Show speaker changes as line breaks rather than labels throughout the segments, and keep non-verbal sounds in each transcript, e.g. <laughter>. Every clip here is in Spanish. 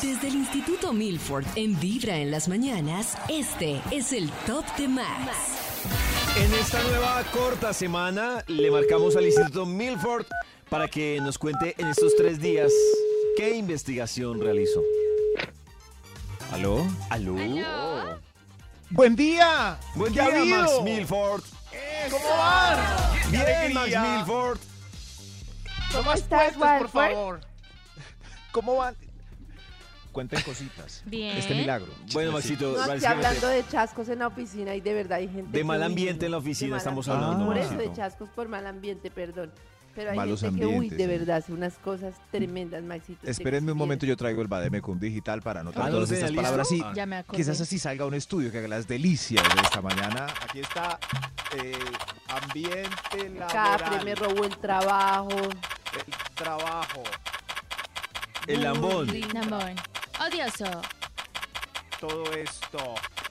Desde el Instituto Milford, en Vibra en las mañanas, este es el Top de Max.
En esta nueva corta semana le marcamos al Instituto Milford para que nos cuente en estos tres días qué investigación realizó. ¿Aló? ¿Aló?
Buen día.
Buen
¿Qué ha
día, Max
habido?
Milford.
¿Cómo van?
Bien, Max
alegría!
Milford.
No más
estás,
puestos, por
Walford?
favor. ¿Cómo van? Cuenten cositas.
Bien.
Este milagro.
Bueno, Maxito,
No, aquí
básicamente,
hablando de chascos en la oficina y de verdad hay gente.
De
que
mal
huye,
ambiente en la
de
oficina
mal
estamos
ambiente.
hablando,
Por eso,
Maxito.
de chascos por mal ambiente, perdón. Pero hay
Malos
gente que, uy,
ambientes,
de
sí.
verdad, hace unas cosas tremendas, Maxito. usted
Espérenme un
quisiera.
momento, yo traigo el Bademecum digital para anotar
Ah, ¿no lo
todas estas
tenía
palabras.
listo?
Y
Ah.
Ya me acordé.
quizás así salga un estudio que haga las delicias de esta mañana. Aquí está eh, ambiente
Cafre
laboral,
me robó el trabajo.
el trabajo,
el lambón.
Namón. Odioso.
todo esto.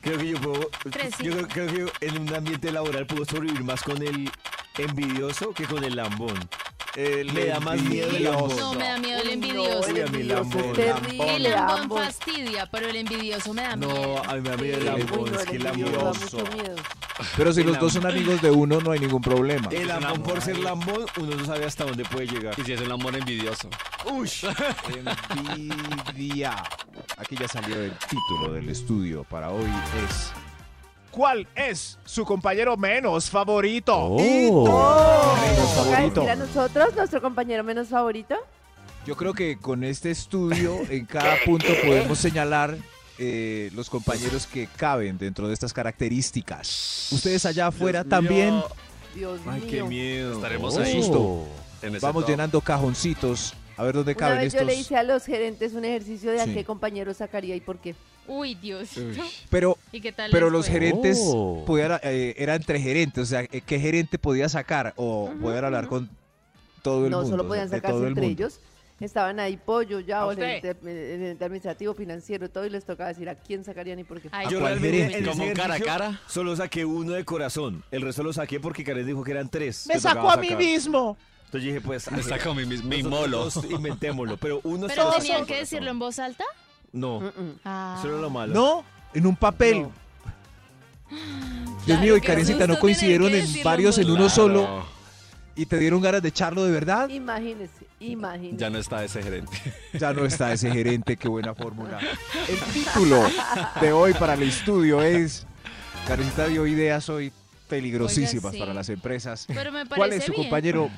Creo que yo puedo.
Tres,
Yo creo,
cinco.
creo que yo en un ambiente laboral puedo sobrevivir más con el envidioso que con el lambón.
El
Me da más miedo el
envidioso.
Pues lambón.
No me da miedo el
Uy, no,
envidioso.
el
Uy, a mí el
envidioso es
ambón,
terrible,
El lambón
ambos.
fastidia, pero el envidioso me da
No,
miedo.
a mí me da miedo el
Uy,
lambón,
no,
es que
el
el
envidioso da
lambón.
mucho
lambioso.
miedo.
Pero si
El
los dos son amigos de uno, no hay ningún problema.
El lambón por ser lambón, uno no sabe hasta dónde puede llegar.
Y si es un amor envidioso.
Envidia. Aquí ya salió el título del estudio para hoy es.
¿Cuál es su compañero menos favorito?
Oh. Menos
Toca
favorito.
decir a nosotros, nuestro compañero menos favorito?
Yo creo que con este estudio en cada punto podemos señalar eh, los compañeros que caben dentro de estas características. Ustedes allá afuera también.
Dios
Ay, qué
mío.
miedo.
Estaremos
Oh.
ahí. en ese
Vamos
top.
llenando cajoncitos. A ver dónde
Una
caben
vez yo le
estos.
hice a los gerentes un ejercicio de a
Sí.
qué compañero sacaría y por qué.
Uy, Dios.
Pero,
<laughs> ¿Y qué tal?
pero
les
los
fue?
gerentes
Oh.
pudiera- eh, era entre gerentes. O sea, eh, ¿qué gerente podía sacar? O
Ujú,
poder hablar con todo el
no
mundo.
solo podían
de
sacarse
todo el
entre
mundo.
ellos. Estaban ahí pollo, ya,
¿A
o el
usted?
gerente el gerente administrativo, financiero, todo, y les tocaba decir a quién sacarían y por qué.
Ay,
¿A
Yo
cuál
realmente
gerente?
en ese
Como cara a
ejercicio
cara.
Solo saqué uno de corazón. El resto lo saqué porque Karen dijo que eran tres.
Me
que
sacó
tocaba
a mí
sacar.
mismo.
Entonces yo dije, pues. <laughs>
Me saco mi, mi, mi
nosotros
molo.
dos Inventémoslo. Pero uno
pero
solo
tenían
sacó
que
corazón.
decirlo en voz alta.
No,
Mm-mm.
Ah.
eso era lo malo.
No, en un papel.
No.
Dios
Claro,
mío, y
qué
Karencita, ¿no
susto tener
coincidieron
que
en
decirlo
varios
en
en
voz
uno
Claro.
solo y te dieron ganas de echarlo de verdad?
Imagínense,
<laughs>
imagínense.
Ya no está ese gerente.
Ya no está ese gerente, qué buena fórmula. El título de hoy para el estudio es Karencita dio ideas hoy peligrosísimas
Oiga, sí.
para las empresas.
Pero me parece
¿Cuál es su
bien.
compañero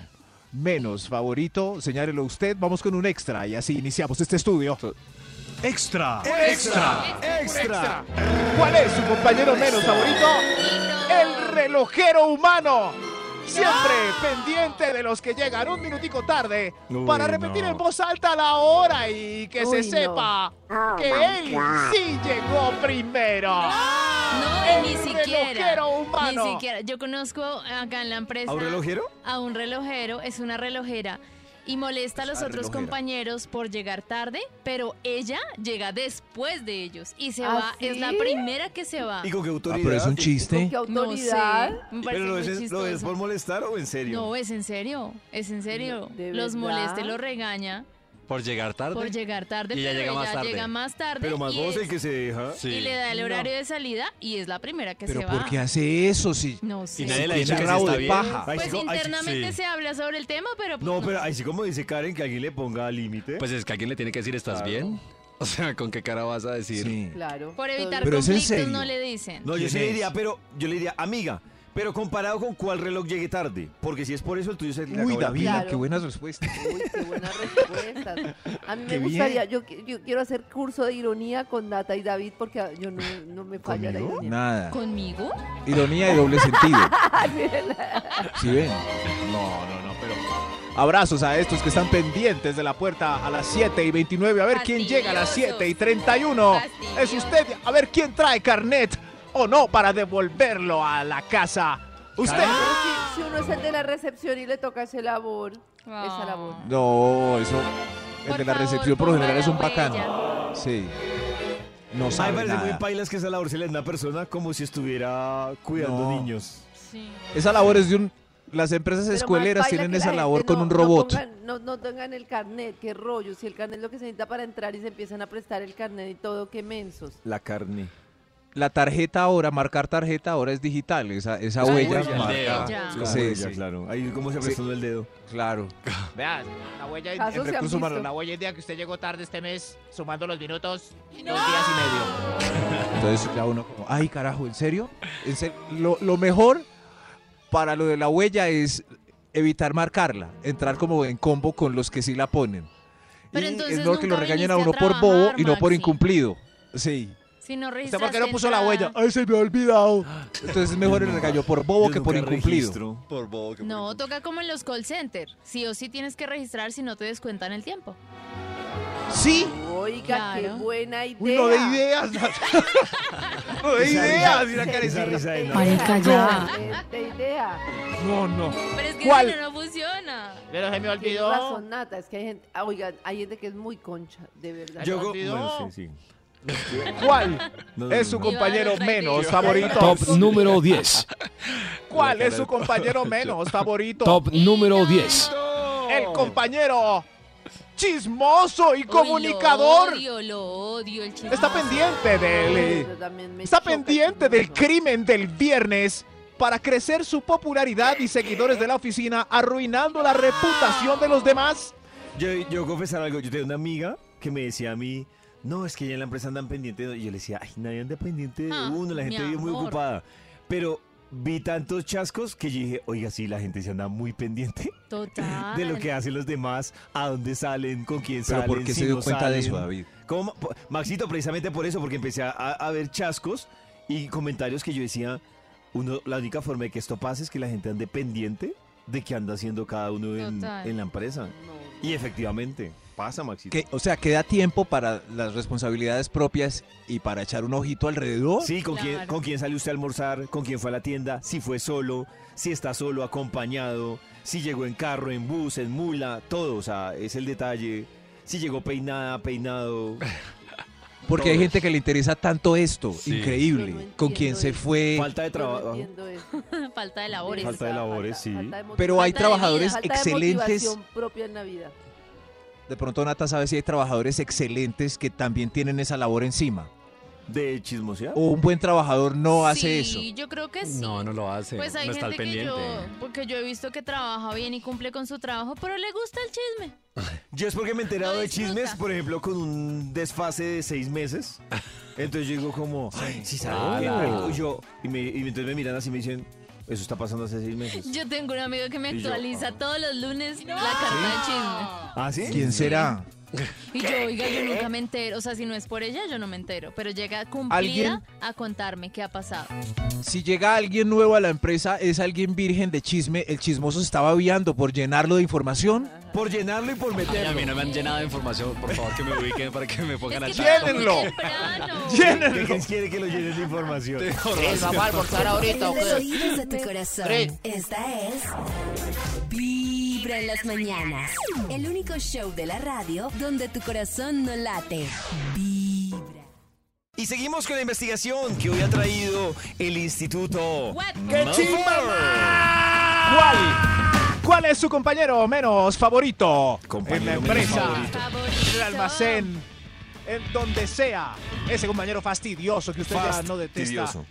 menos favorito? Señálelo usted. Vamos con un extra y así iniciamos este estudio.
Extra.
¡Extra! ¡Extra!
¿Cuál es su compañero menos favorito? El relojero humano. Siempre
¡Ah!
pendiente de los que llegan un minutico tarde
Uy,
para repetir
no.
en voz alta la hora y que
Uy,
se
no. Oh
sepa que él sí llegó primero.
No,
El
ni siquiera.
relojero humano.
Ni siquiera. Yo conozco acá en la empresa
¿A un relojero?
a un relojero, es una relojera. Y molesta a los
Ah,
otros
relojera.
compañeros por llegar tarde, pero ella llega después de ellos y se
¿Ah,
va,
sí?
es la primera que se va.
¿Y con qué
Ah,
autoridad?
pero es un
¿Con
chiste.
qué
No sé,
autoridad?
me parece
¿Pero lo
muy
es, lo es
chistoso.
por molestar o en serio?
No, es en serio, es en serio.
No, ¿de
los
verdad?
molesta y los regaña
Por llegar tarde.
por llegar tarde,
Y ella
pero
llega más
ella
tarde.
llega más tarde
pero más
y,
vos
es-
el que se deja.
Sí.
y le da el
No.
horario de salida y es la primera que se
Pero
va.
¿por qué hace eso si
No sé.
Y nadie le ha
tiene
dicho que sí
rabo
está
de
bien.
paja?
Ay,
Pues
sí, ay, sí,
internamente
sí.
se habla sobre el tema, pero
No, pero así como dice Karen, que alguien le ponga límite.
Pues es que alguien le tiene que decir, ¿estás
Claro.
bien? O sea, ¿con qué cara vas a decir?
Sí.
Claro.
por evitar
Pero es en
conflictos
serio.
no le dicen.
No, yo
¿Quién
sí le
es?
diría, pero yo le diría, amiga, pero comparado con cuál reloj llegue tarde, porque si es por eso el tuyo se le
Uy,
acabó la
David,
pila.
Claro.
qué buenas respuestas.
Uy, qué buenas respuestas.
<laughs>
A mí
Qué
me
bien.
gustaría, yo, qui- yo quiero hacer curso de ironía con Nata y David porque a- yo no, no me falla la
¿Conmigo?
ironía. <laughs>
Nada.
¿Conmigo?
Ironía y doble sentido. ¿Sí ven? No, no, no, pero.
Abrazos a estos que están pendientes de la puerta a las 7 y 29. A ver quién llega a las 7 y 31. Es
Fastidiosos.
usted. A ver quién trae carnet o no para devolverlo a la casa. Usted.
Ah.
Si uno es el de la recepción y le toca ese labor,
Ah.
esa labor.
No, eso. El
Por
de la
favor,
recepción por lo general es un
ponga la
bacano. Sí. No
A mí
sabe
me parece muy
nada.
pailas que esa labor se le da a una persona como si estuviera cuidando
No.
niños.
Sí.
Esa labor es de un. Las empresas
Pero más
escueleras
paila
tienen
que la
esa labor
gente
con
no-
un robot.
No, pongan- no, no tengan el carnet, qué rollo. Si el carnet es lo que se necesita para entrar y se empiezan a prestar el carnet y todo, qué mensos.
La carne.
La tarjeta ahora, marcar tarjeta ahora es digital. Esa, esa
Ah,
huella
el
marca.
dedo.
La
Sí,
huella,
sí.
claro. Ahí como se prestó el dedo.
Claro.
Vean, la huella,
Casos se han
recurso humano,
visto.
la huella es de que usted llegó tarde este mes, sumando los minutos, dos días y medio.
Entonces ya uno como, ay carajo, ¿en serio? ¿En serio? Lo, lo mejor para lo de la huella es evitar marcarla, entrar como en combo con los que sí la ponen.
Pero
Y
entonces
es mejor que lo
nunca
regañen a
viniste a
uno por bobo
trabajar,
y no por
Maxi.
incumplido. Sí.
Si no
¿Usted
registraste
por qué no puso la
entrada-
huella?
Ay, se me ha olvidado. Entonces es mejor el regaño por bobo
Yo
que por
nunca
incumplido.
registro.
Por bobo. que
No,
por-
toca como en los call centers. Sí o sí tienes que registrar si no te descuentan el tiempo.
Sí.
Oiga, qué
Claro.
buena idea.
Uy, no de
<laughs>
ideas. no de
Esa
ideas.
risa- esa risa de nada.
Marica, ya.
De idea.
No, no.
Pero es que
¿Cuál?
si no, no funciona.
Pero se me
Tienes
olvidó.
razón, Nata. Es que hay gente, ah, oiga, hay gente que es muy concha, de verdad.
Yo
¿Se
go-
olvidó?
bueno, sí, sí.
<laughs>
¿Cuál
No, no,
es su
no, no.
compañero
Iba a
menos
repetir.
favorito?
Top
<laughs>
número 10.
¿Cuál es su compañero menos favorito?
Top número 10.
El compañero chismoso y comunicador.
Uy, lo odio, lo odio, el chismoso.
Está pendiente del
Yo también me
está
choca el
pendiente del
chismoso.
crimen del viernes para crecer su popularidad y seguidores de la oficina, arruinando la reputación de los demás.
Yo, yo voy a confesar algo, yo tenía una amiga que me decía a mí, no, es que ya en la empresa andan pendiente, de-". y yo le decía, ay, nadie anda pendiente de
Ah,
uno, la
mi
gente vive muy
amor.
ocupada. Pero vi tantos chascos que yo dije, oiga, sí, la gente se anda muy pendiente
Total.
de lo que hacen los demás, a dónde salen, con quién
Pero
salen,
¿por qué
si
se dio
no
cuenta de eso,
salen.
David?
¿Cómo? Po- Maxito, precisamente por eso, porque empecé a, a ver chascos y comentarios que yo decía, uno, la única forma de que esto pase es que la gente ande pendiente de qué anda haciendo cada uno en,
Total.
en la empresa. Y efectivamente, pasa, Maxito.
Que, o sea, queda tiempo para las responsabilidades propias y para echar un ojito alrededor.
Sí, ¿con, quién,
Claro.
con quién salió usted a almorzar, con quién fue a la tienda, si fue solo, si está solo, acompañado, si llegó en carro, en bus, en mula, todo, o sea, es el detalle. Si llegó peinada, peinado.
porque hay
todos.
gente que le interesa tanto esto.
Sí.
Yo no
Increíble.
entiendo
con quién se
eso.
fue.
Falta de
Yo no
trabajo.
entiendo eso.
<laughs> Falta de labores.
Falta de labores, sí.
de
Pero hay
Falta de
trabajadores
vida,
Falta De
excelentes.
motivación propia en la vida.
De pronto Nata sabe si hay trabajadores excelentes que también tienen esa labor encima.
De chismosear.
O un buen trabajador no hace eso.
Sí, yo creo que sí.
No, no lo hace.
Pues hay
no está
gente
al
que
pendiente.
yo, porque yo he visto que trabaja bien y cumple con su trabajo, pero le gusta el chisme.
Yo es porque me he enterado
No
de chismes,
disfruta.
por ejemplo, con un desfase de seis meses. Entonces yo digo como, si
ah,
sabes
la-
yo, y, me- y entonces me miran así y me dicen, eso está pasando hace seis meses.
Yo tengo un amigo que me
Y yo,
actualiza
ah.
todos los lunes la carta
¿Ah, sí?
¿Quién será?
de chisme. Y yo, oiga, yo nunca me entero. O sea, si no es por ella, yo no me entero. Pero llega cumplida
¿Alguien?
a contarme qué ha pasado.
Si llega alguien nuevo a la empresa, es alguien virgen de chisme, el chismoso se estaba viando por llenarlo de información.
Por llenarlo y por
Ay, a mí
meterlo.
no me han llenado de información. Por favor, que me ubiquen para que me pongan
es
a
que
tanto.
trabajo muy
<laughs>
¡Llénenlo!
temprano.
¿Quién quiere que lo llenes
<laughs>
de información?
vamos a almorzar ahorita.
En los oídos de tu corazón.
Tres.
Esta es. Vibra en las mañanas. El único show de la radio donde tu corazón no late. Vibra.
Y seguimos con la investigación que hoy ha traído el Instituto.
What?
¿Cuál? ¿Cuál es su compañero menos favorito? en
Compañero
la
menos
empresa,
favorito.
en el almacén, en donde sea. Ese compañero fastidioso que usted ya no detesta.
Fastidioso.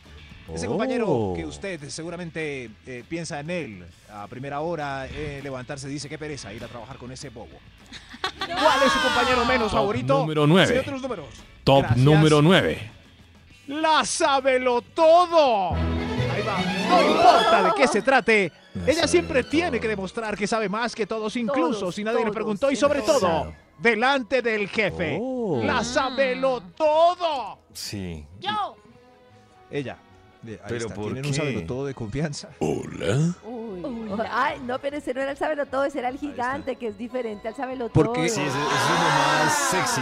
Ese
Oh.
compañero que usted seguramente eh, piensa en él a primera hora, eh, levantarse dice qué pereza ir a trabajar con ese bobo. ¿Cuál es su compañero menos
Top
favorito?
número nueve.
Señor de los números.
Top
Gracias.
número 9.
¡La sábelo todo! Ahí va. No importa de qué se trate. Ella siempre tiene que demostrar que sabe más que todos, incluso
Todos,
si nadie le
todos,
preguntó y
en
sobre
todo.
todo delante del jefe.
Oh.
¡La sábelo todo!
Sí.
Yo.
Ella. Eh, ahí
¿Pero
está,
por
tienen un
qué?
sabelotodo de confianza.
Uy. Ay, no, pero ese no era el sabelotodo, ese era el gigante, que es diferente al sabelotodo.
Porque-
Sí, es, es uno más sexy.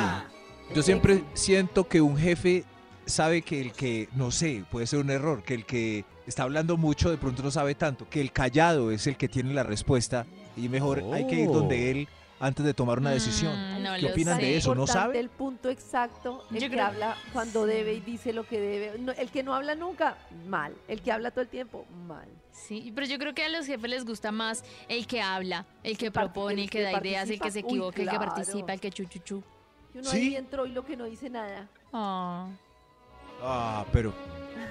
Yo siempre siento que un jefe sabe que el que, no sé, puede ser un error, que el que está hablando mucho de pronto no sabe tanto, que el callado es el que tiene la respuesta y mejor hay que ir
Oh.
donde él antes de tomar una decisión.
Mm, no
¿Qué
lo
opinan
sé.
de eso? ¿No
Importante
sabe?
El punto exacto, el
Yo
que
creo-
habla cuando debe y dice lo que debe. No, el que no habla nunca, mal. El que habla todo el tiempo, mal.
Sí, pero yo creo que a los jefes les gusta más el que habla, el que
parti-
propone,
el
el que
que
da ideas, el que se
participa. Uy,
equivoca, el que
claro.
participa, el que chuchuchu.
Y uno
¿Sí?
ahí entró y lo que no dice nada.
Ah.
Ah, pero.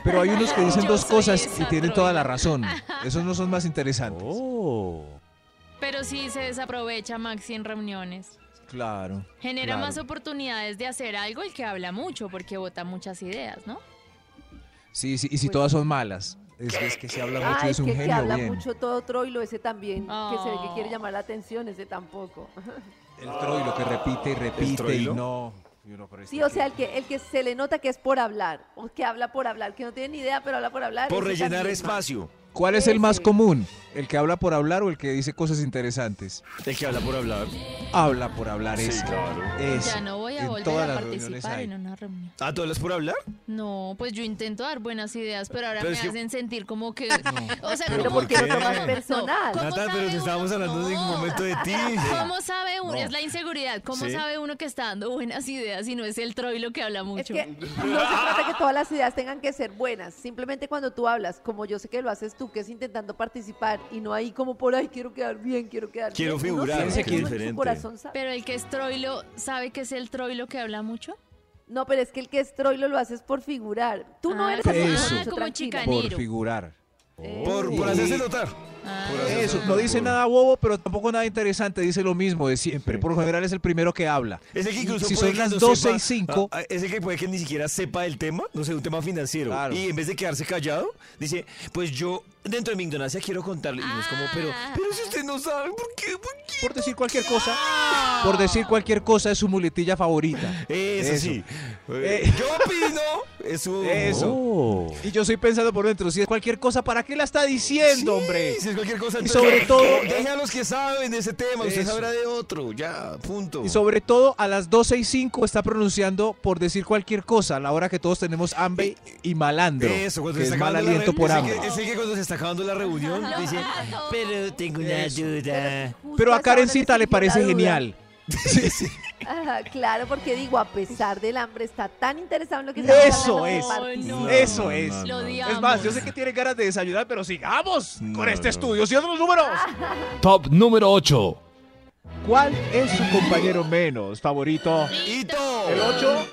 Pero hay
<laughs>
unos que dicen
Yo
dos
soy
cosas
esa
y tienen toda la
<laughs>
razón. Esos no son más interesantes.
Oh.
Pero sí se desaprovecha Maxi en reuniones.
Claro.
Genera
Claro.
más oportunidades de hacer algo el que habla mucho porque vota muchas ideas, ¿no?
Sí, sí, y si todas son malas. Es, es que se habla mucho,
ah,
es
es
un
que el que
genio
habla
bien.
mucho todo troilo, ese también. Que se ve que
Oh.
quiere llamar la atención, ese tampoco.
El troilo que repite y repite y
troilo?
no. Y uno, pero
Sí,
este
o sea, el que, el que se le nota que es por hablar, o que habla por hablar, que no tiene ni idea, pero habla por hablar.
Por
ese
rellenar
también es mal.
espacio.
¿Cuál es el más
Ese.
común? ¿El que habla por hablar o el que dice cosas interesantes?
El que habla por hablar.
Habla por hablar es.
Ya no voy a volver a participar en una reunión.
¿Ah, tú hablas por hablar?
No, pues yo intento dar buenas ideas, pero ahora
Pero
me
es que-
hacen sentir como que... <laughs> O sea,
Pero
como
porque
que-
lo tomas
no,
personal.
¿cómo
Nata, pero
sabe
te estábamos
uno?
hablando en
No.
un momento de ti.
¿Cómo sabe uno?
No.
Es la inseguridad. ¿Cómo
Sí.
sabe uno que está dando buenas ideas y no es el troilo que habla mucho?
Es que no se trata que todas las ideas tengan que ser buenas. Simplemente cuando tú hablas, como yo sé que lo haces tú, que es intentando participar y no ahí como por ahí quiero quedar bien, quiero quedar
Quiero
bien. Uno
figurar,
sabe,
Fíjense que-
uno en su
diferente.
corazón sabe.
Pero el que es troilo, ¿sabe que es el troilo que habla mucho?
No, pero es que el que es troilo lo haces por figurar. Tú no
Ah,
eres
como-
así,
ah,
Lucho,
como
tranquila.
chicanero.
Por figurar.
Eh,
Por,
Oh.
por hacerse notar.
Ah.
Por hacerse
Eso,
notar,
no dice
por-
nada bobo, pero tampoco nada interesante, dice lo mismo de siempre. Por lo general es el primero que habla.
Es el que incluso
si
puede
son
que
las
no
12 y
sepa-
5,
ah, ah, es el que puede que ni siquiera sepa el tema, no sé, un tema financiero.
Claro.
Y en vez de quedarse callado, dice, pues yo dentro de mi ignorancia quiero contarle. Y no es como, pero, pero si usted no sabe, ¿por qué? ¿Por qué?
por decir cualquier cosa,
Ah.
por decir cualquier cosa es su muletilla favorita.
Eso,
Eso.
sí. Eh, yo opino. Eso.
Eso.
Oh.
Y yo estoy pensando por dentro, si es cualquier cosa, ¿para qué la está diciendo, hombre?
Si es cualquier cosa.
Y
entonces,
sobre todo-
Deja a los que saben de ese tema. Usted
Eso.
sabrá de otro. Ya, punto.
Y sobre todo a las 12 y 5 está pronunciando por decir cualquier cosa, a la hora que todos tenemos hambre y malandro.
Eh, Eso, cuando
que
se está
es mal
acabando la
aliento
reunión.
por
es el que-
hambre.
Es el que cuando se está acabando la reunión dice, pero tengo una duda.
justo
Pero a
esa hora
Karencita le
surgió la
parece
duda.
genial.
Ajá, claro, porque digo, a pesar del hambre, está tan interesado en lo que está
Eso
hablando que
es.
participa.
No,
Eso es.
Lo odiamos.
Es más, yo sé que tiene ganas de desayunar, pero sigamos
No,
con este
no.
estudio. ¿Sí otros números?
Ah.
Top número 8.
¿Cuál es su compañero menos favorito? El 8.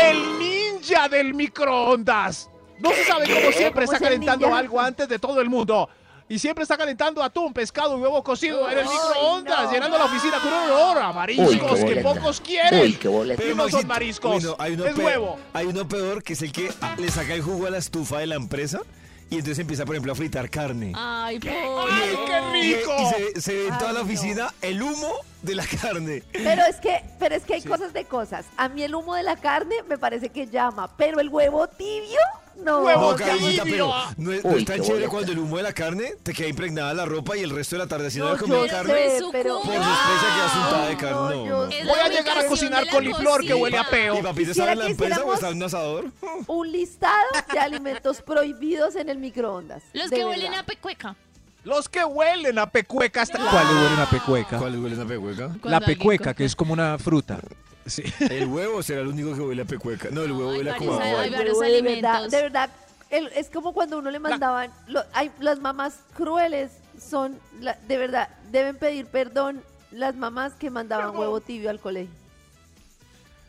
El ninja del microondas. No se sabe cómo siempre
¿Cómo
está
es el
calentando
ninja?
algo antes de todo el mundo. Y siempre está calentando atún, pescado y huevo cocido en el
Ay,
microondas,
no.
llenando la oficina con un olor a mariscos que pocos quieren. Y no son
Maxito,
mariscos,
bueno, hay uno
es
peor-
huevo.
Hay uno peor que es el que ah, le saca el jugo a la estufa de la empresa y entonces empieza, por ejemplo, a fritar carne. Eh,
Ay, por...
¡Ay, qué
Y,
rico!
y se, se ve en toda
Ay,
la
no.
oficina el humo de la carne.
Pero es que, pero es que hay cosas de cosas. A mí el humo de la carne me parece que llama, pero el huevo tibio, no.
Huevo
No, Karencita,
tibio.
pero no es, no es tan chévere cuando el humo de la carne te queda impregnada la ropa y el resto de la tarde haciendo
No,
la comida
yo
de
pero
carne. pues
sé,
es su
pero- ¡Ah!
culpa.
Por desprecia que asuntada de
No,
carne.
yo
No, no.
sé.
Es la
Voy a llegar a
ubicación
cocinar
de la
coliflor que
cocina.
huele a
¿Y
peo.
papita estaba en la
Quisiera que
empresa o
hiciéramos-
está en un asador?
Un listado de alimentos prohibidos en el microondas.
Los
de
que huelen
verdad.
a pecueca.
Los que huelen a pecueca. Hasta... ¿Cuál huelen a pecueca?
¿Cuál huele la pecueca?
Cuando
La
alguien
pecueca,
come-
que es como una fruta. <laughs>
¿El huevo será el único que huele a pecueca? No, el huevo
Ay,
huele a
Marisa,
como a
ay,
agua.
hay varios
Huevo, de verdad,
alimentos.
de verdad, el- es como cuando uno le mandaban, lo- hay- las mamás crueles son, la- de verdad, deben pedir perdón las mamás que mandaban huevo tibio al colegio.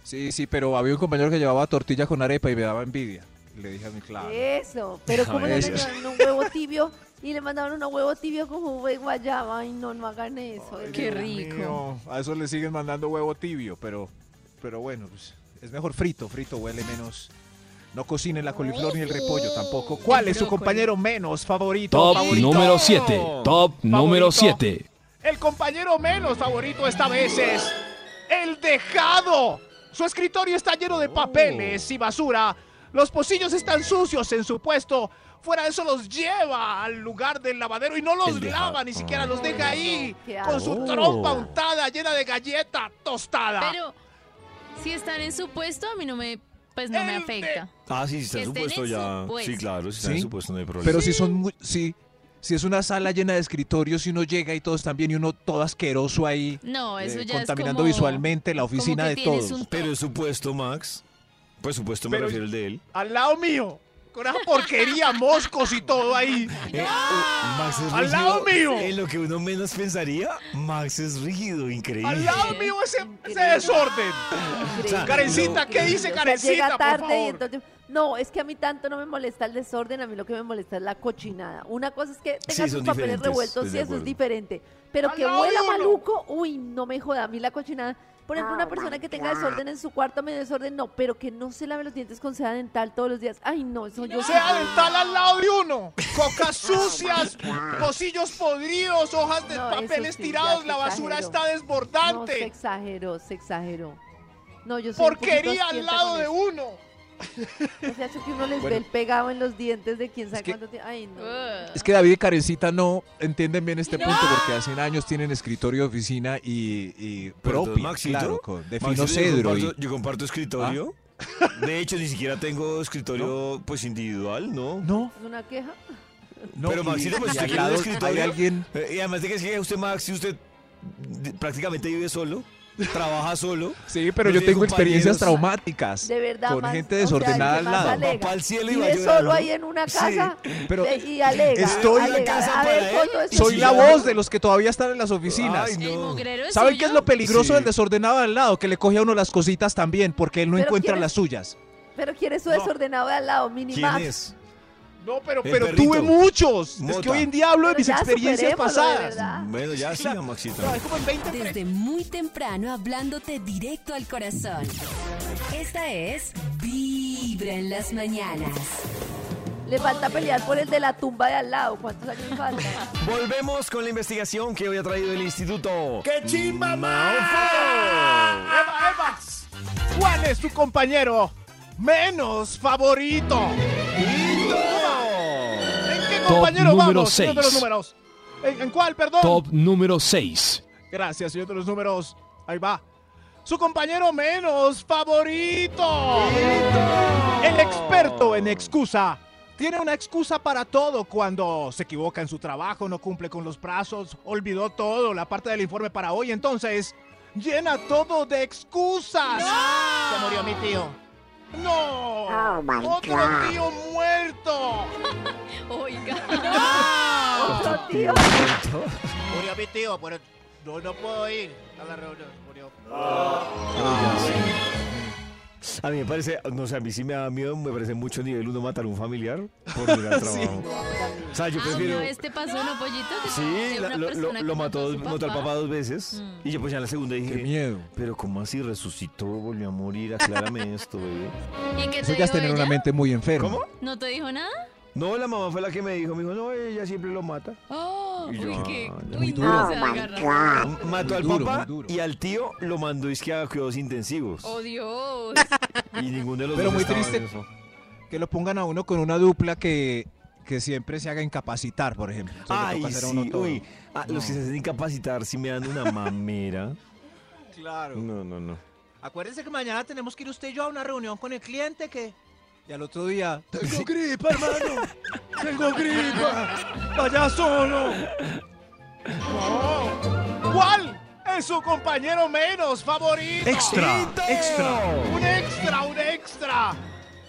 Sí, sí, pero había un compañero que llevaba tortilla con arepa y me daba envidia. Y le dije a mi claro.
Eso, pero como le
Ah, Eso.
mandaban un huevo tibio y le mandaban un huevo tibio con jugo de guayaba, ay no, no hagan eso. de
Qué
verdad.
rico.
mío, a eso le siguen mandando huevo tibio, pero, pero bueno, pues, es mejor frito, frito huele menos. No cocinen la coliflor ni el repollo tampoco. ¿Cuál es su
brócoli.
compañero menos favorito?
Top
favorito?
número 7. Top número
Favorito.
7.
El compañero menos favorito esta vez es el dejado. Su escritorio está lleno de papeles y basura. Los pocillos están sucios en su puesto. Fuera de eso los lleva al lugar del lavadero y no los
El dejado.
lava, ni siquiera los deja ahí.
Qué
Con su
asco.
trompa untada, llena de galleta tostada.
Pero si están en su puesto, a mí no me pues no me
El de-
afecta.
Ah, sí, está
Que
en su
estén
puesto
en
ya.
su
Sí,
puesto.
claro, si está
¿Sí?
en su puesto no hay problema.
Pero si son muy, sí, si es una sala llena de escritorios y uno llega y todos también y uno todo asqueroso ahí,
No, eso
eh,
ya
contaminando
es como,
visualmente la oficina
como
de
que tienes
todos.
un
Pero es su puesto, Max. Pues su puesto me
Pero-
refiero al de él.
Al lado mío. Con esa
<laughs>
porquería, moscos y todo ahí.
Eh, oh, Max es
¡Al lado
rígido.
mío!
En lo que uno menos pensaría, Max es rígido, increíble.
Al lado mío ese, ese desorden.
Increíble.
Karencita, ¿qué dice
O sea,
Karencita,
llega
por
tarde y
favor?
entonces- No, es que a mí tanto no me molesta el desorden, a mí lo que me molesta es la cochinada. Una cosa es que tenga
Sí,
sus
son
papeles
diferentes,
revueltos
estoy
y
de
eso es
acuerdo.
diferente. Pero
¡Al
que
lado
huela
uno!
maluco, uy, no me joda, a mí la cochinada. Por ejemplo, una persona que tenga desorden en su cuarto, medio desorden, no, pero que no se lave los dientes con seda dental todos los días. Ay, no, eso yo sí-
Sea dental al lado de uno. Cocas sucias, pocillos podridos, hojas de
No, eso
papeles
sí, ya
tirados,
se
la basura
exageró.
está
No, se
desbordante.
exageró, se exageró. No, yo soy un poquito
porquería al
asquienta
lado
con
de
eso.
uno.
O sea, eso que uno les
Bueno.
ve el pegado en los dientes de quién sabe
que-
cuánto tiempo. Ay, no.
Ugh.
Es que David y Karencita no entienden bien este punto porque hace años tienen escritorio de oficina y, y
Perdón,
propia,
Maxito.
claro, con- de
Maxito, yo
fino cedro. y-
comparto- Yo comparto
¿Ah?
escritorio. De hecho, ni siquiera tengo escritorio pues individual, ¿no?
no,
¿Es una queja?
no.
Pero,
y-
Maxito, pues,
y
usted
al
tiene un
lado hay
escritorio.
alguien
Eh, Y además de que si usted, Max, si usted de- prácticamente vive solo, trabaja solo,
Sí, pero
No
yo
tiene
tengo experiencias
compañeros.
traumáticas.
De verdad,
Con
Max,
gente
o sea,
desordenada
¿qué
al
más
lado.
alega?
va al cielo y va a
Vive
llorar,
solo
¿no?
ahí en una
Sí.
casa
Pero
eh, y alega.
Estoy en la
alega.
casa
A ver,
para
Coto,
él.
escucha.
Soy la voz de los que todavía están en las oficinas.
Ay,
El
no.
mugrero es
¿Saben qué es
suyo?
lo peligroso
Sí.
del desordenado al lado? Que le coge a uno las cositas también, porque él no
Pero
encuentra
¿quién es?
las suyas.
Pero quiere su
No.
desordenado de al lado, mini
¿quién
Max.
es?
No, pero,
El
pero
perrito.
tuve muchos. Es que
Mota.
hoy en día hablo de
Pero
mis
ya
experiencias
superémoslo, de
pasadas.
verdad.
Bueno, ya sí, Maxito.
No, es como en 20 pre-
Desde muy temprano hablándote directo al corazón. Esta es Vibra en las mañanas.
Le falta pelear por el de la tumba de al lado. ¿Cuántos años le falta?
Volvemos con la investigación que hoy ha traído el instituto. ¡Qué chimba,
Eva, Eva, ¿Cuál es tu compañero menos favorito? ¿En qué compañero
número
vamos, señor de los
seis.
números? ¿En, en cuál, perdón?
Top número 6.
Gracias, señor de los números. Ahí va. Su compañero menos favorito. El experto en excusa. Tiene una excusa para todo cuando se equivoca en su trabajo, no cumple con los plazos, olvidó todo, la parte del informe para hoy. Entonces, llena todo de excusas. Se murió mi tío. No. Otro tío muerto.
Oiga.
Otro tío.
Murió mi tío, pero no, no puedo ir a la reunión. Murió.
<laughs> A mí me parece, no sé, a mí sí me da miedo, me parece mucho nivel uno matar a un familiar por ir al trabajo. O sea, yo
Ah,
prefiero...
una vez te pasó una pollito que
Sí,
te
la-
una
lo, lo-
persona
lo
que
mató,
a su
mató al papá dos veces.
Mm.
Y yo pues ya en la segunda dije...
Qué miedo.
Pero ¿cómo así resucitó, volvió a morir? Aclárame esto, bebé.
¿Y qué
Eso
te
ya es
dijo
tener
ella?
una mente muy enferma.
¿Cómo?
¿No te dijo nada?
No, la mamá fue la que me dijo, me dijo, no, ella siempre lo mata.
Oh,
Y yo,
uy, qué.
ah,
Uy,
muy
no,
duro.
se agarra.
Mató al
duro, muy
papá
duro.
y al tío lo mandó es que a cuidados intensivos.
Oh, Dios.
Y ninguno de los
Pero
dos
muy
estaba en
triste.
eso.
Que lo pongan a uno con una dupla que, que siempre se haga incapacitar, por ejemplo. Entonces le
Ay,
toca hacer a uno
sí,
todo.
uy. Ah, Los que se hacen incapacitar sí me dan una mamera.
Claro.
No, no, no.
Acuérdense que mañana tenemos que ir usted y yo a una reunión con el cliente que...
Y al otro día,
Tengo gripa, hermano. Tengo gripa. Vaya solo. ¿Cuál es su compañero menos favorito?
Extra, extra.
Un extra, un extra.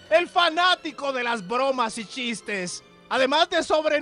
El fanático de las bromas y chistes. Además de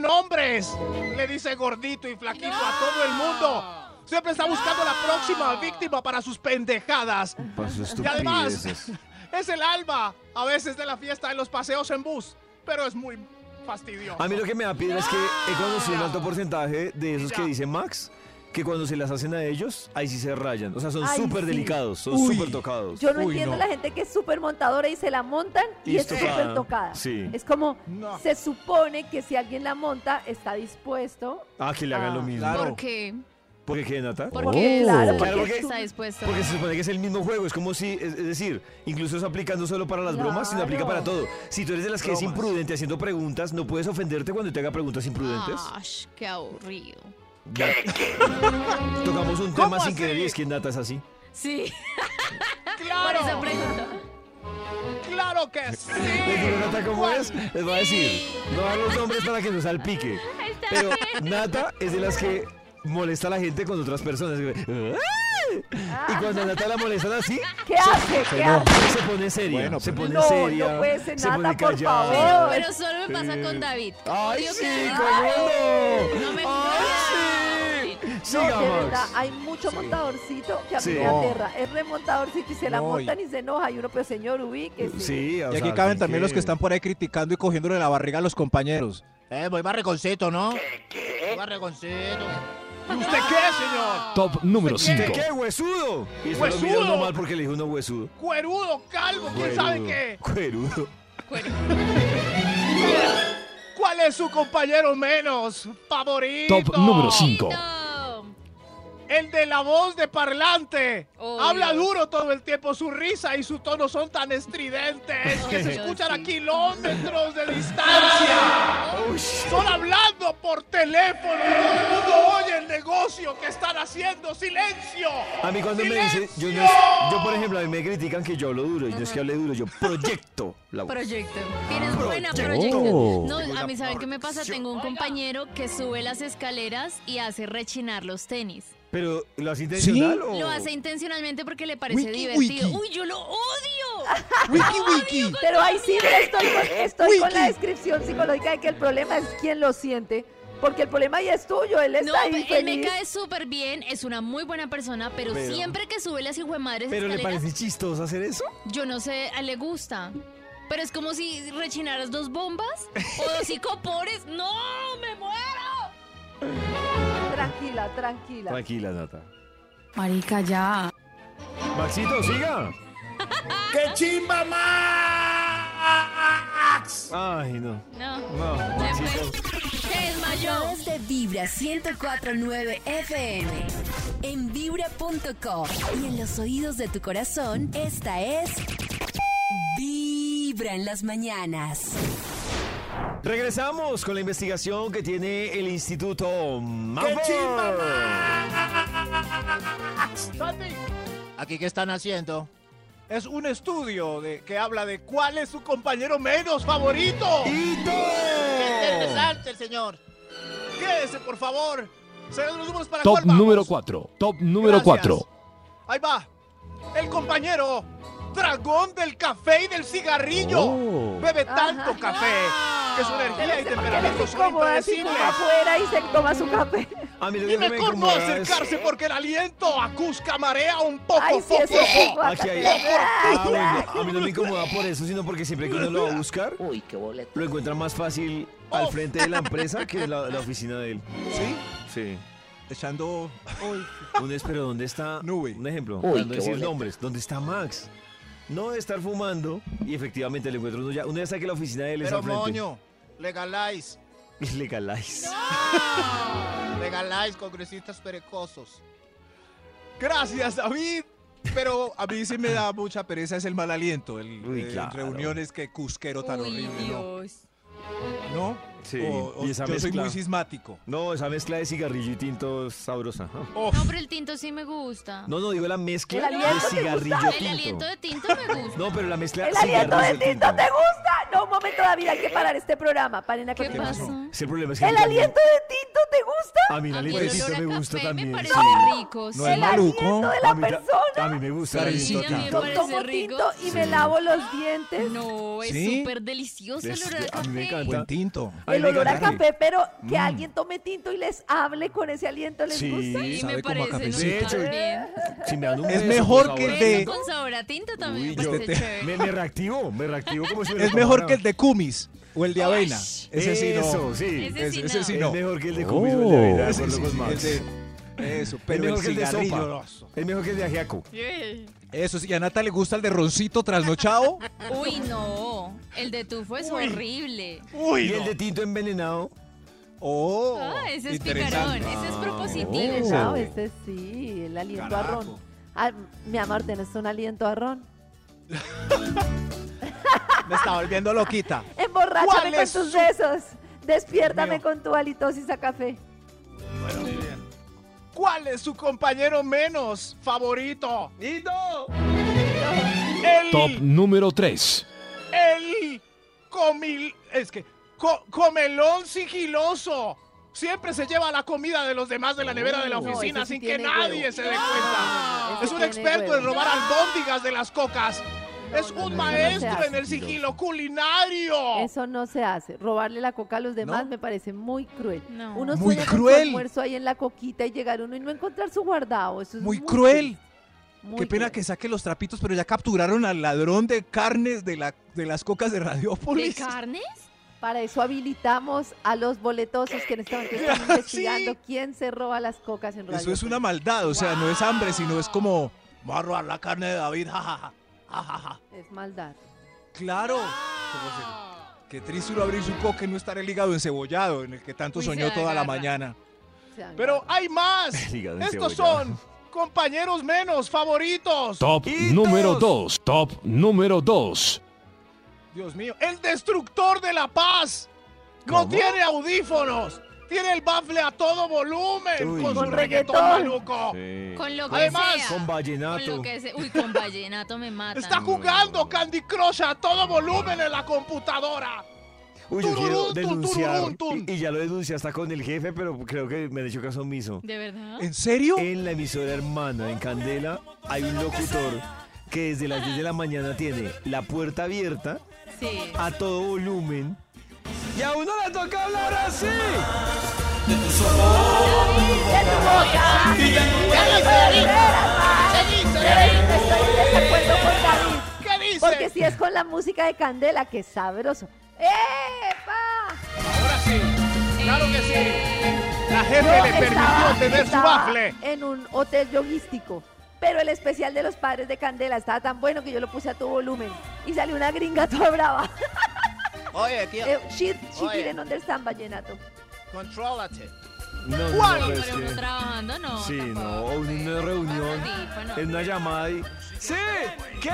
sobrenombres. Le dice gordito y flaquito a todo el mundo. Siempre está buscando la próxima víctima para sus pendejadas.
Pasó
Y además,
estupideces.
es el alma a veces de la fiesta en los paseos en bus, pero es muy fastidioso.
A mí lo que me da piedra es que
¡Ah!
he conocido un alto porcentaje de esos que
Ya.
dice Max que cuando se las hacen a ellos, ahí sí se rayan. O sea, son
Ay,
súper
sí.
delicados, son
Uy.
súper tocados.
Yo no
Uy,
entiendo
no.
la gente que es súper montadora y se la montan y,
Y
es
tocada.
súper tocada.
Sí.
Es como,
No.
se supone que si alguien la monta, está dispuesto.
Ah, que le hagan
Ah,
lo mismo.
claro.
¿Por qué?
¿Por qué, Nata?
Porque
Claro,
Claro,
porque
porque-
es
está
un-
dispuesto.
Porque se supone que es el mismo juego, es como si, es, es decir, incluso eso aplica no solo para las bromas, sino aplica para
Claro.
todo. Si tú eres de las que es
Bromas.
imprudente haciendo preguntas, no puedes ofenderte cuando te haga preguntas imprudentes.
Ah.
Ash, qué aburrido.
Ya. Tocamos un
¿Cómo
tema sin querer y
así?
es que Nata es así.
Sí, por
¡Claro!
esa pregunta.
¡Claro que sí!
Pero Nata, como
¿Cuál?
es, les va a decir. No dan los nombres para que nos salpique.
Está
<laughs>
Pero
bien.
Nata es de las que molesta a la gente con otras personas. Y cuando a Nata la molestan así,
¿Qué hace?
se,
¿Qué
enoja,
hace?
se pone seria.
Bueno, pues.
se
pero-
pone
No,
seria.
no puede ser
se
Nata,
pone
por
callada.
favor.
Pero solo me pasa con David.
¡Ay,
Odio
sí!
que-
¡Cómo no!
No me
¡Ay, sí! Siga,
no, de verdad,
Max.
hay mucho montadorcito que a mí
Sí.
me
No.
aterra. Es remontadorcito y se la
No, y-
montan y se enoja. Y uno, pero señor, ubíquese.
Sí, o
Y aquí
sea,
caben
sí
también los que están por ahí criticando y cogiéndole la barriga a los compañeros.
Eh, voy barrigoncito, ¿no? ¿Qué? Voy barrigoncito. ¿Y usted qué, señor?
Top número
¿Qué,
5.
qué, huesudo? Y después lo
¡Huesudo!
miraron mal porque le dijo uno huesudo.
Cuerudo, calvo, quién sabe
Cuerudo.
qué.
Cuerudo.
¿Cuál es su compañero menos favorito?
Top número 5.
No.
El de la voz de parlante.
Oh,
Habla
Dios.
duro todo el tiempo. Su risa y su tono son tan estridentes que se
Oh, Dios,
escuchan a
sí.
kilómetros de distancia. Son hablando por teléfono y todo el mundo oye el negocio que están haciendo. ¡Silencio!
A mí cuando me dicen, yo, no
¡Silencio!
es- yo, por ejemplo, a mí me critican que yo hablo duro y no es que hable duro, yo proyecto la voz.
Proyecto. Tienes buena proyecto. No, a mí, ¿saben qué me pasa? Tengo un compañero que sube las escaleras y hace rechinar los tenis.
Pero ¿lo hace intencional o
Lo hace intencionalmente porque le parece
Wiki,
divertido.
wiki.
¡Uy, yo lo odio!
¡Wiki, wiki!
Pero ahí sí que estoy, con, estoy con la
Wiki.
descripción psicológica de que el problema es quién lo siente. Porque el problema ya es tuyo. Él está
No,
ahí
él me
feliz.
cae súper bien, es una muy buena persona, pero,
Pero-
siempre que sube las hijuemadres
¿Pero le
escaleras,
parece chistoso hacer eso?
yo no sé, a él le gusta. Pero es como si rechinaras dos bombas o dos icopores. ¡No, me muero!
Tranquila, tranquila.
Tranquila, Nata.
Marica, ya.
Maxito, siga.
<laughs> ¡Qué chimba Max!
Ay, no.
No,
No,
ya
Maxito.
fue. Se desmayó.
Través de Vibra 1049 FM. En vibra.com. Y en los oídos de tu corazón, esta es. Vibra en las mañanas.
Regresamos con la investigación que tiene el Instituto Maffer.
¿Aquí qué están haciendo?
Es un estudio de
Que habla de cuál es su compañero menos favorito.
¡Hito!
Oh.
el señor! Quédese, por favor. Se dan los números para
Top
cuál vamos.
número 4. Top número
Gracias.
4.
Ahí va. El compañero dragón del café y del cigarrillo.
Oh.
Bebe tanto
Oh. Ajá.
café que su
Pero
energía y
ese ¿por qué les
temperamento son
incomoda si
impredecibles.
fuma afuera y se toma su café?
A mí lo
Y
que me
mejor no
incomoda es-
acercarse porque el aliento acusca marea un poco
Ay, sí,
poco.
eso es un
Aquí hay...
Ay,
Ah, bueno, a mí no me incomoda por eso, sino porque siempre que uno lo va a buscar,
Uy, qué boleto.
lo encuentra más fácil al frente de la empresa que en la, la oficina de él.
¿Sí?
Sí.
Echando.
Un es, pero ¿dónde está?
Nube.
Un ejemplo.
Uy,
para no
qué
decir
boleta.
nombres. ¿Dónde está Max? No de estar fumando y efectivamente le encuentro uno ya. Una vez saque la oficina de él es
Pero
al frente. <laughs>
moño, legaláis,
Legalize.
<laughs>
legaláis congresistas perecosos.
Gracias, David. Pero a mí sí me da mucha pereza, es el mal aliento. El,
Uy,
el
claro.
reuniones que cusquero tan
Uy,
horrible. ¿no?
Dios.
¿No?
Sí,
O- o
y esa
yo soy
mezcla.
muy cismático.
No, esa mezcla de cigarrillo y tinto es sabrosa. Ah.
No, pero el tinto sí me gusta.
No, no, digo la mezcla
¿El
de
aliento te
cigarrillo
gusta?
el
tinto.
aliento de tinto me gusta.
No, pero la mezcla
El aliento de
cigarrillo
tinto te gusta. No, un momento, David, hay que parar este programa. Paren la
¿Qué
continuación.
pasó?
Sí, el problema es que
El
yo-
aliento de tinto te gusta.
A mí el
A mí
aliento
el
de tinto
olor a
me gusta
café
también.
Me parece
sí.
rico.
No
sí.
es
El
maluco.
aliento de
A
la
mí, ta- a
persona.
mí Ah, me gusta el
Sí,
aliento
a mí me
tinto.
Yo
parece
tomo
rico.
tinto y me lavo los dientes.
No, es
¿Sí?
súper delicioso el
Es-
olor a
Pues, a mí me
café.
encanta.
Buen tinto.
Ay,
el
me
olor a
encanta.
café, pero que alguien tome tinto y les hable con ese aliento, ¿les
Sí.
gusta?
Sí,
Sabe
me
como a
parece. ¿no?
cafecito.
De hecho,
También.
Si me dan un beso,
Es mejor
por
que el
favor.
de-
Pero con sabor a tinto también
Uy,
me
yo
parece
te-
Pues chévere.
Me, me reactivo, me reactivo como si me lo
Es mejor
prepararan.
que el de cumis o el de avena. Ese sí
Eso,
no.
sí.
Ese sí
Ese, ese
no.
sí
Es
no. Oh.
mejor que el de Cumis o el de Avena,
Ese
por
sí,
lo
sí,
más.
ese- Eso, pero el
mejor que el de
cigarrillo. no.
sopa. Es mejor que el de ajiaco.
Yeah.
Eso sí, y a Nata le gusta el de roncito trasnochado.
<laughs> Uy, no. El de tufo es horrible.
Y
Uy,
el de tinto envenenado.
Oh,
Ah, ese es
interesante. Oh.
picarón. Ese es
Claro,
propositivo.
ese sí, el aliento a
Carajo.
ron. Ah, mi amor, tenés un aliento a ron.
Me está volviendo loquita.
Emborráchame
¿Cuál
con
es
tus
su-
besos. Despiértame
Dios mío.
con tu halitosis a café.
¿cuál es su compañero menos favorito? El,
Top número 3.
el comil, es que co- comelón sigiloso. Siempre se lleva la comida de los demás de la nevera de la
No,
oficina
ese sí
sin que
tiene
nadie
huevo. Ah,
se dé cuenta.
No,
es
ese
un
tiene
experto en
huevo.
robar albóndigas de las cocas. es
no, no, eso no
un
se
maestro
hace.
en el sigilo culinario.
Eso no se hace. Robarle la coca a los demás
¿No?
me parece muy cruel.
No.
Uno
Muy
sueña con su
cruel.
almuerzo ahí en la coquita y llegar uno y no encontrar su guardado. Eso es
Muy cruel.
triste, muy
Qué pena que
cruel.
saque los trapitos, pero ya capturaron al ladrón de carnes de, la, de las cocas de
¿De
Radiópolis.
carnes?
Para eso habilitamos a los boletosos que en este momento están
<laughs> Sí.
investigando quién se roba las cocas en radio.
Eso es una maldad, o sea, no es hambre, sino es como, voy a robar la carne de David, jajaja. jajaja".
Es maldad.
Claro. Como se- Qué triste uno abrir su coca y no estar el hígado encebollado en el que tanto
Uy, se
soñó toda la
agarra.
mañana.
O sea,
Pero
no.
hay más.
El hígado
Estos
encebollado.
son compañeros menos favoritos.
Top
¡Hitos!
número 2. Top número 2.
Dios mío, el destructor de la paz. No
¿Cómo?
tiene audífonos. Tiene el bafle a todo volumen
Uy,
con su
Con
reggaetón
reggaetón.
maluco.
Sí.
Con lo que
Además,
sea.
Con
Con
vallenato.
lo que sea. Uy, con vallenato me mata.
Está
Mm.
jugando Candy Crush a todo volumen en la computadora.
Uy, yo quiero
Tururún, tun,
denunciar.
tururún, tun.
Y, y ya lo denuncié hasta con el jefe, pero creo que me han hecho caso omiso.
¿De verdad?
¿En serio?
En la emisora hermana, en Candela, hay un locutor que desde las 10 de la mañana tiene la puerta abierta
Sí.
a todo volumen. Y a uno le toca hablar así.
¿Qué dice?
Porque si es con la música de Candela, que es sabroso. ¡Epa!
Ahora sí. Claro que sí. La jefe
Yo
le permitió
estaba-
tener su
estaba
bafle.
En un hotel yogístico. Pero el especial de los padres de Candela estaba tan bueno que yo lo puse a tu volumen. Y salió una gringa toda brava.
Oye, tío,
Eh, she she
Oye.
didn't understand vallenato.
contrólate.
No, no,
¿Cuál?
pero es
Pero uno
que-
trabajando no.
Sí, no,
tampoco.
o en una reunión,
Audífono.
en una llamada y... ¡Sí! ¿Qué?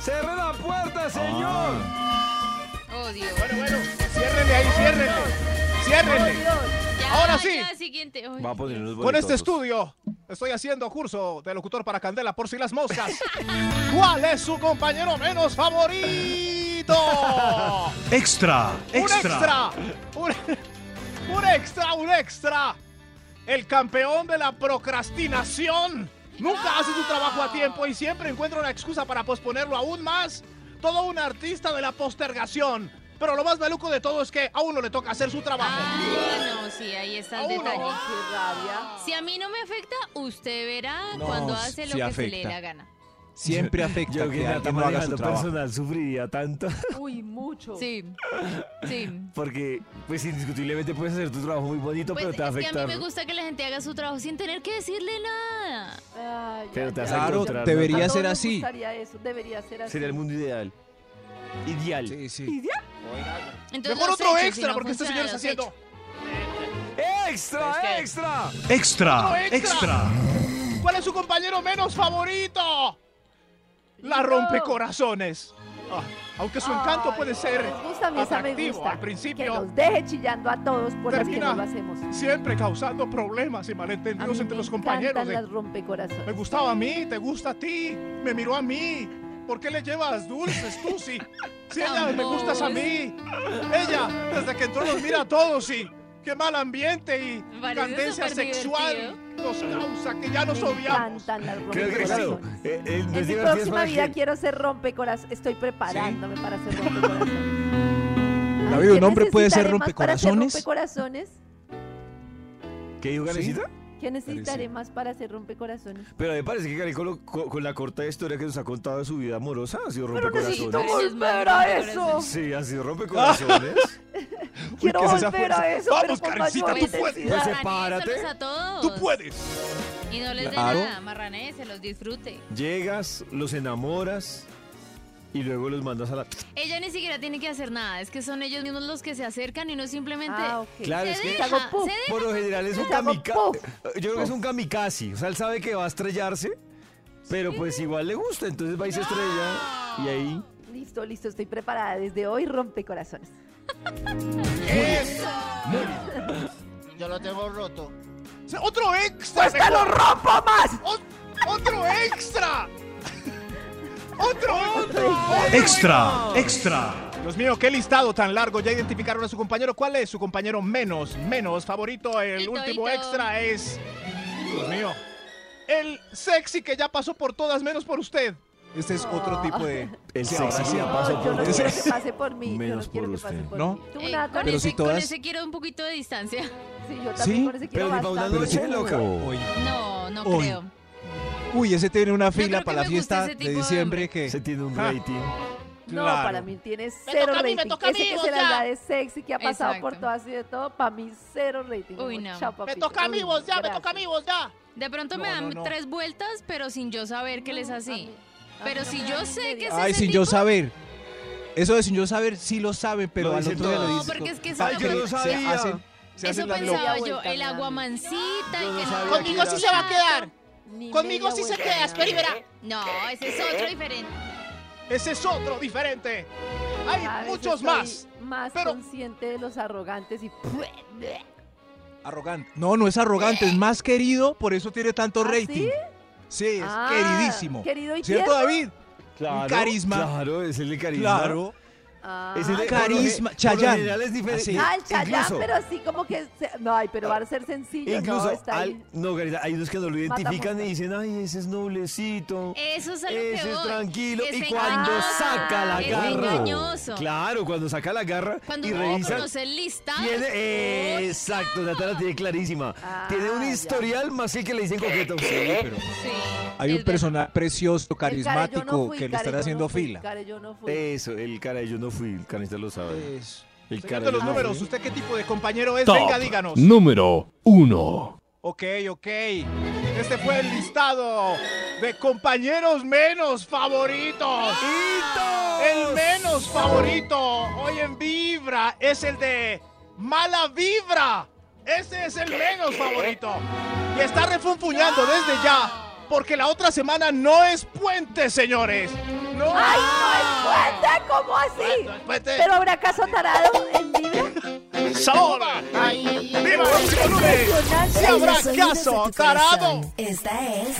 ¡Cerre la puerta, señor!
Ah.
Oh, Dios.
Bueno, bueno, ciérrenle ahí, ciérrenle. Ciérrenle.
Ya,
ahora sí.
ya, siguiente. Uy,
Va a poner unos
Con
boletosos.
este estudio estoy haciendo curso de locutor para Candela por si las moscas. <laughs> ¿Cuál es su compañero menos favorito?
<laughs> Extra,
Un extra. Un, un extra, un extra. El campeón de la procrastinación. Nunca hace su trabajo a tiempo y siempre encuentra una excusa para posponerlo aún más. Todo un artista de la postergación. Pero lo más maluco de todo es que a uno le toca hacer su trabajo.
Ah, no, sí, ahí está el
A uno.
detalle.
Qué rabia.
Si a mí no me afecta, usted verá
No,
cuando hace lo
sí
que se le
afecta.
da gana.
<laughs> Siempre afecta
Yo que
que
ya
alguien no haga su
manejando
trabajo.
personal sufriría tanto
Uy, mucho.
Sí. Sí.
<laughs>
porque pues indiscutiblemente puedes hacer tu trabajo muy bonito
Pues
pero
es
te va a
que a mí
afectar.
me gusta que la gente haga su trabajo sin tener que decirle nada.
Ay,
Pero
ay,
te vas a
ay,
Claro,
ay.
encontrar,
A
debería
todos
ser
nos
así.
gustaría eso, debería ser así.
Sería el mundo ideal. Ideal.
Sí, sí.
Entonces,
Mejor
los
otro
hechos, si
extra,
no
porque este
funciona,
señor está
los
haciendo.
hechos.
¡Extra, extra!
Otro extra. ¿Cuál es su compañero menos favorito? La
Lindo.
rompecorazones. Ah, aunque su encanto
Ay,
puede ser
Les gusta, a mí esa me
atractivo
gusta.
al principio.
Que nos deje chillando a todos por las que
Termina.
no lo hacemos.
siempre causando problemas y
A mí
malentendidos entre
me
los compañeros.
encantan
de,
las rompecorazones.
me gustaba a mí, te gusta a ti, me miró a mí. ¿Por qué le llevas dulces tú sí? Si ella me gustas a mí. Ella, desde que entró, los mira a todos y qué mal ambiente y
Parece
tendencia
súper
sexual nos causa que ya nos
Me
odiamos.
encantan las
Creo que claro.
rompecorazones.
eh, eh, no
En
es
mi
divertido, es
próxima
para
vida
que-
quiero ser rompecorazones. Estoy preparándome para ser rompecorazones.
David,
¿Qué
¿un hombre puede ser
necesitaré más para
rompecorazones?
rompecorazones?
¿Qué dijo Karencita?
¿Qué necesitaré más para ser rompecorazones?
Pero me parece que Karen con, lo- con- con la corta historia que nos ha contado de su vida amorosa ha sido
necesito
rompecorazones.
volver a eso.
Sí, ha sido rompecorazones.
Quiero
que es esa
volver a
fuerza?
eso,
Vamos,
pero con
Karencita,
mayor
Ah, tú puedes.
intensidad.
Pues, sepárate.
A todos.
Tú puedes.
Y no les dé
Claro.
nada, marranés, se los disfrute.
Llegas, los enamoras y luego los mandas a la.
Ella ni siquiera tiene que hacer nada, es que son ellos mismos los que se acercan y no simplemente...
Ah, ok.
Claro,
Se
es que
deja,
Hago puff.
se deja.
por lo general es un
Les hago
kamikaze. Yo creo que es un kamikaze. O sea, él sabe que va a estrellarse, pero pues igual le gusta. Entonces va y se estrella. Y ahí.
Listo, listo, estoy preparada. Desde hoy rompecorazones.
Yo lo tengo roto. ¡Otro extra!
¡Pues te lo rompo más!
¡Ot- ¡Otro extra! ¡Otro!
Extra, extra.
Dios mío, qué listado tan largo. Ya identificaron a su compañero. ¿Cuál es su compañero menos, menos favorito? El,
El
último
Toito.
extra es. Dios mío. El sexy que ya pasó por todas menos por usted.
Este es otro
<laughs>
tipo de.
El
Sí, ahora
sexy
sí.
se la
No,
pasa
yo no
por
quiero
tres. <laughs>
que pase por mí.
Menos
yo no quiero
por
que pase
usted.
por
¿No?
mí. Tú,
Eh,
Nata,
con,
Pero
ese,
si todas-
con ese quiero un poquito de distancia. <laughs>
sí, yo también
¿Sí?
con ese quiero
Pero ni para una noche,
bastante.
loca.
Uy.
No, no
Uy.
creo.
Uy, ese tiene una
creo
fila
que
para la
me gusta
fiesta
ese tipo
de
de
diciembre que.
Se tiene un
Ah.
rating.
No,
Claro.
para mí tiene cero
toca a mí, me
rating.
toca a
Ese
mí,
que
o
se la
sea.
da de sexy, que ha pasado por
Exacto.
todas y de todo, para mí cero rating.
Uy,
Como,
no.
chao,
Me
papito.
toca a mí,
Uy,
vos ya, me
gracias.
toca a mí, vos ya.
De pronto me
No,
dan
no, no.
tres vueltas, pero sin yo saber que él es
No, a
así.
mí- a
Pero
mí no
si
me
yo
dan
sé
media.
que ¿Es
Ay,
ese
sin yo
tipo?
saber. Eso de sin yo saber, sí lo saben, pero
Lo
al
dicen
otro día lo
todas.
dicen.
No, porque es que eso
Ah,
lo
yo
que-
no
se
sabía.
hacen-
Eso
se hacen
pensaba
las
pensaba
locas.
loca.
yo, el aguamancita.
Yo
y
no
que
sabía
Conmigo
que
sí se va a quedar.
Ni
Conmigo
media
sí se
vuelta,
queda.
nada.
Espera y verá.
No, ese es otro diferente.
Ese es otro diferente. Hay
Cada vez
muchos
estoy
más.
Más
pero-
consciente de los arrogantes y.
Arrogante. No, no es arrogante, es más querido, por eso tiene tanto
¿Ah,
rating.
sí?
Sí, es
Ah,
queridísimo.
querido y
¿Cierto,
tierno?
David?
Claro.
carisma.
Claro, es el de carisma.
Claro.
Ah.
Es el de
Carisma,
por lo
Chayanne.
general es diferente.
Así.
Ah, el Chayán,
Incluso-
pero así como que. se- No, ay, pero va a ser sencillo.
Incluso
no, está
al-
ahí.
no, Garita, hay unos que no lo identifican
Matamoros.
y dicen, ay, ese es noblecito.
Eso es a lo que
Ese es
voy.
tranquilo.
Es
y cuando
engañoso,
saca la
es
garra.
engañoso.
Claro, cuando saca la garra
Cuando
y
uno
revisa.
conoce el listado.
Tiene, eh, exacto, Natalia tiene clarísima.
Ah,
tiene un
ya.
historial más el que le dicen coqueto.
Sí,
Hay
es
un personaje precioso,
El cara, yo no
carismático,
fui,
que le
cara,
están
yo no
haciendo
fui,
fila. Eh.
cara, yo no fui.
Eso, el cara yo no fui, el canista lo sabe.
Es-
El
Señor
cara
de los
yo no
números,
fui.
¿usted qué tipo de compañero es?
Top
Venga, díganos.
número 1.
Ok, ok. Este fue el listado de compañeros menos favoritos. El menos favorito hoy en Vibra es el de Mala Vibra. Ese es el menos favorito. Y está refunfuñando desde ya. Porque la otra semana no es puente, señores. No.
¡Ay, no es fuerte! ¿Cómo así?
No es puente.
¿Pero habrá acaso tarado en Vibra?
¡Sabora! ¡Viva el Chico Lunes!
Impresionante.
¡Sí habrá
En los oídos de
caso,
tu
tarado!
corazón, Esta es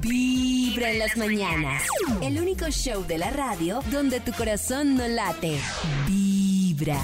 Vibra en las mañanas. El único show de la radio donde tu corazón no late. Vibra.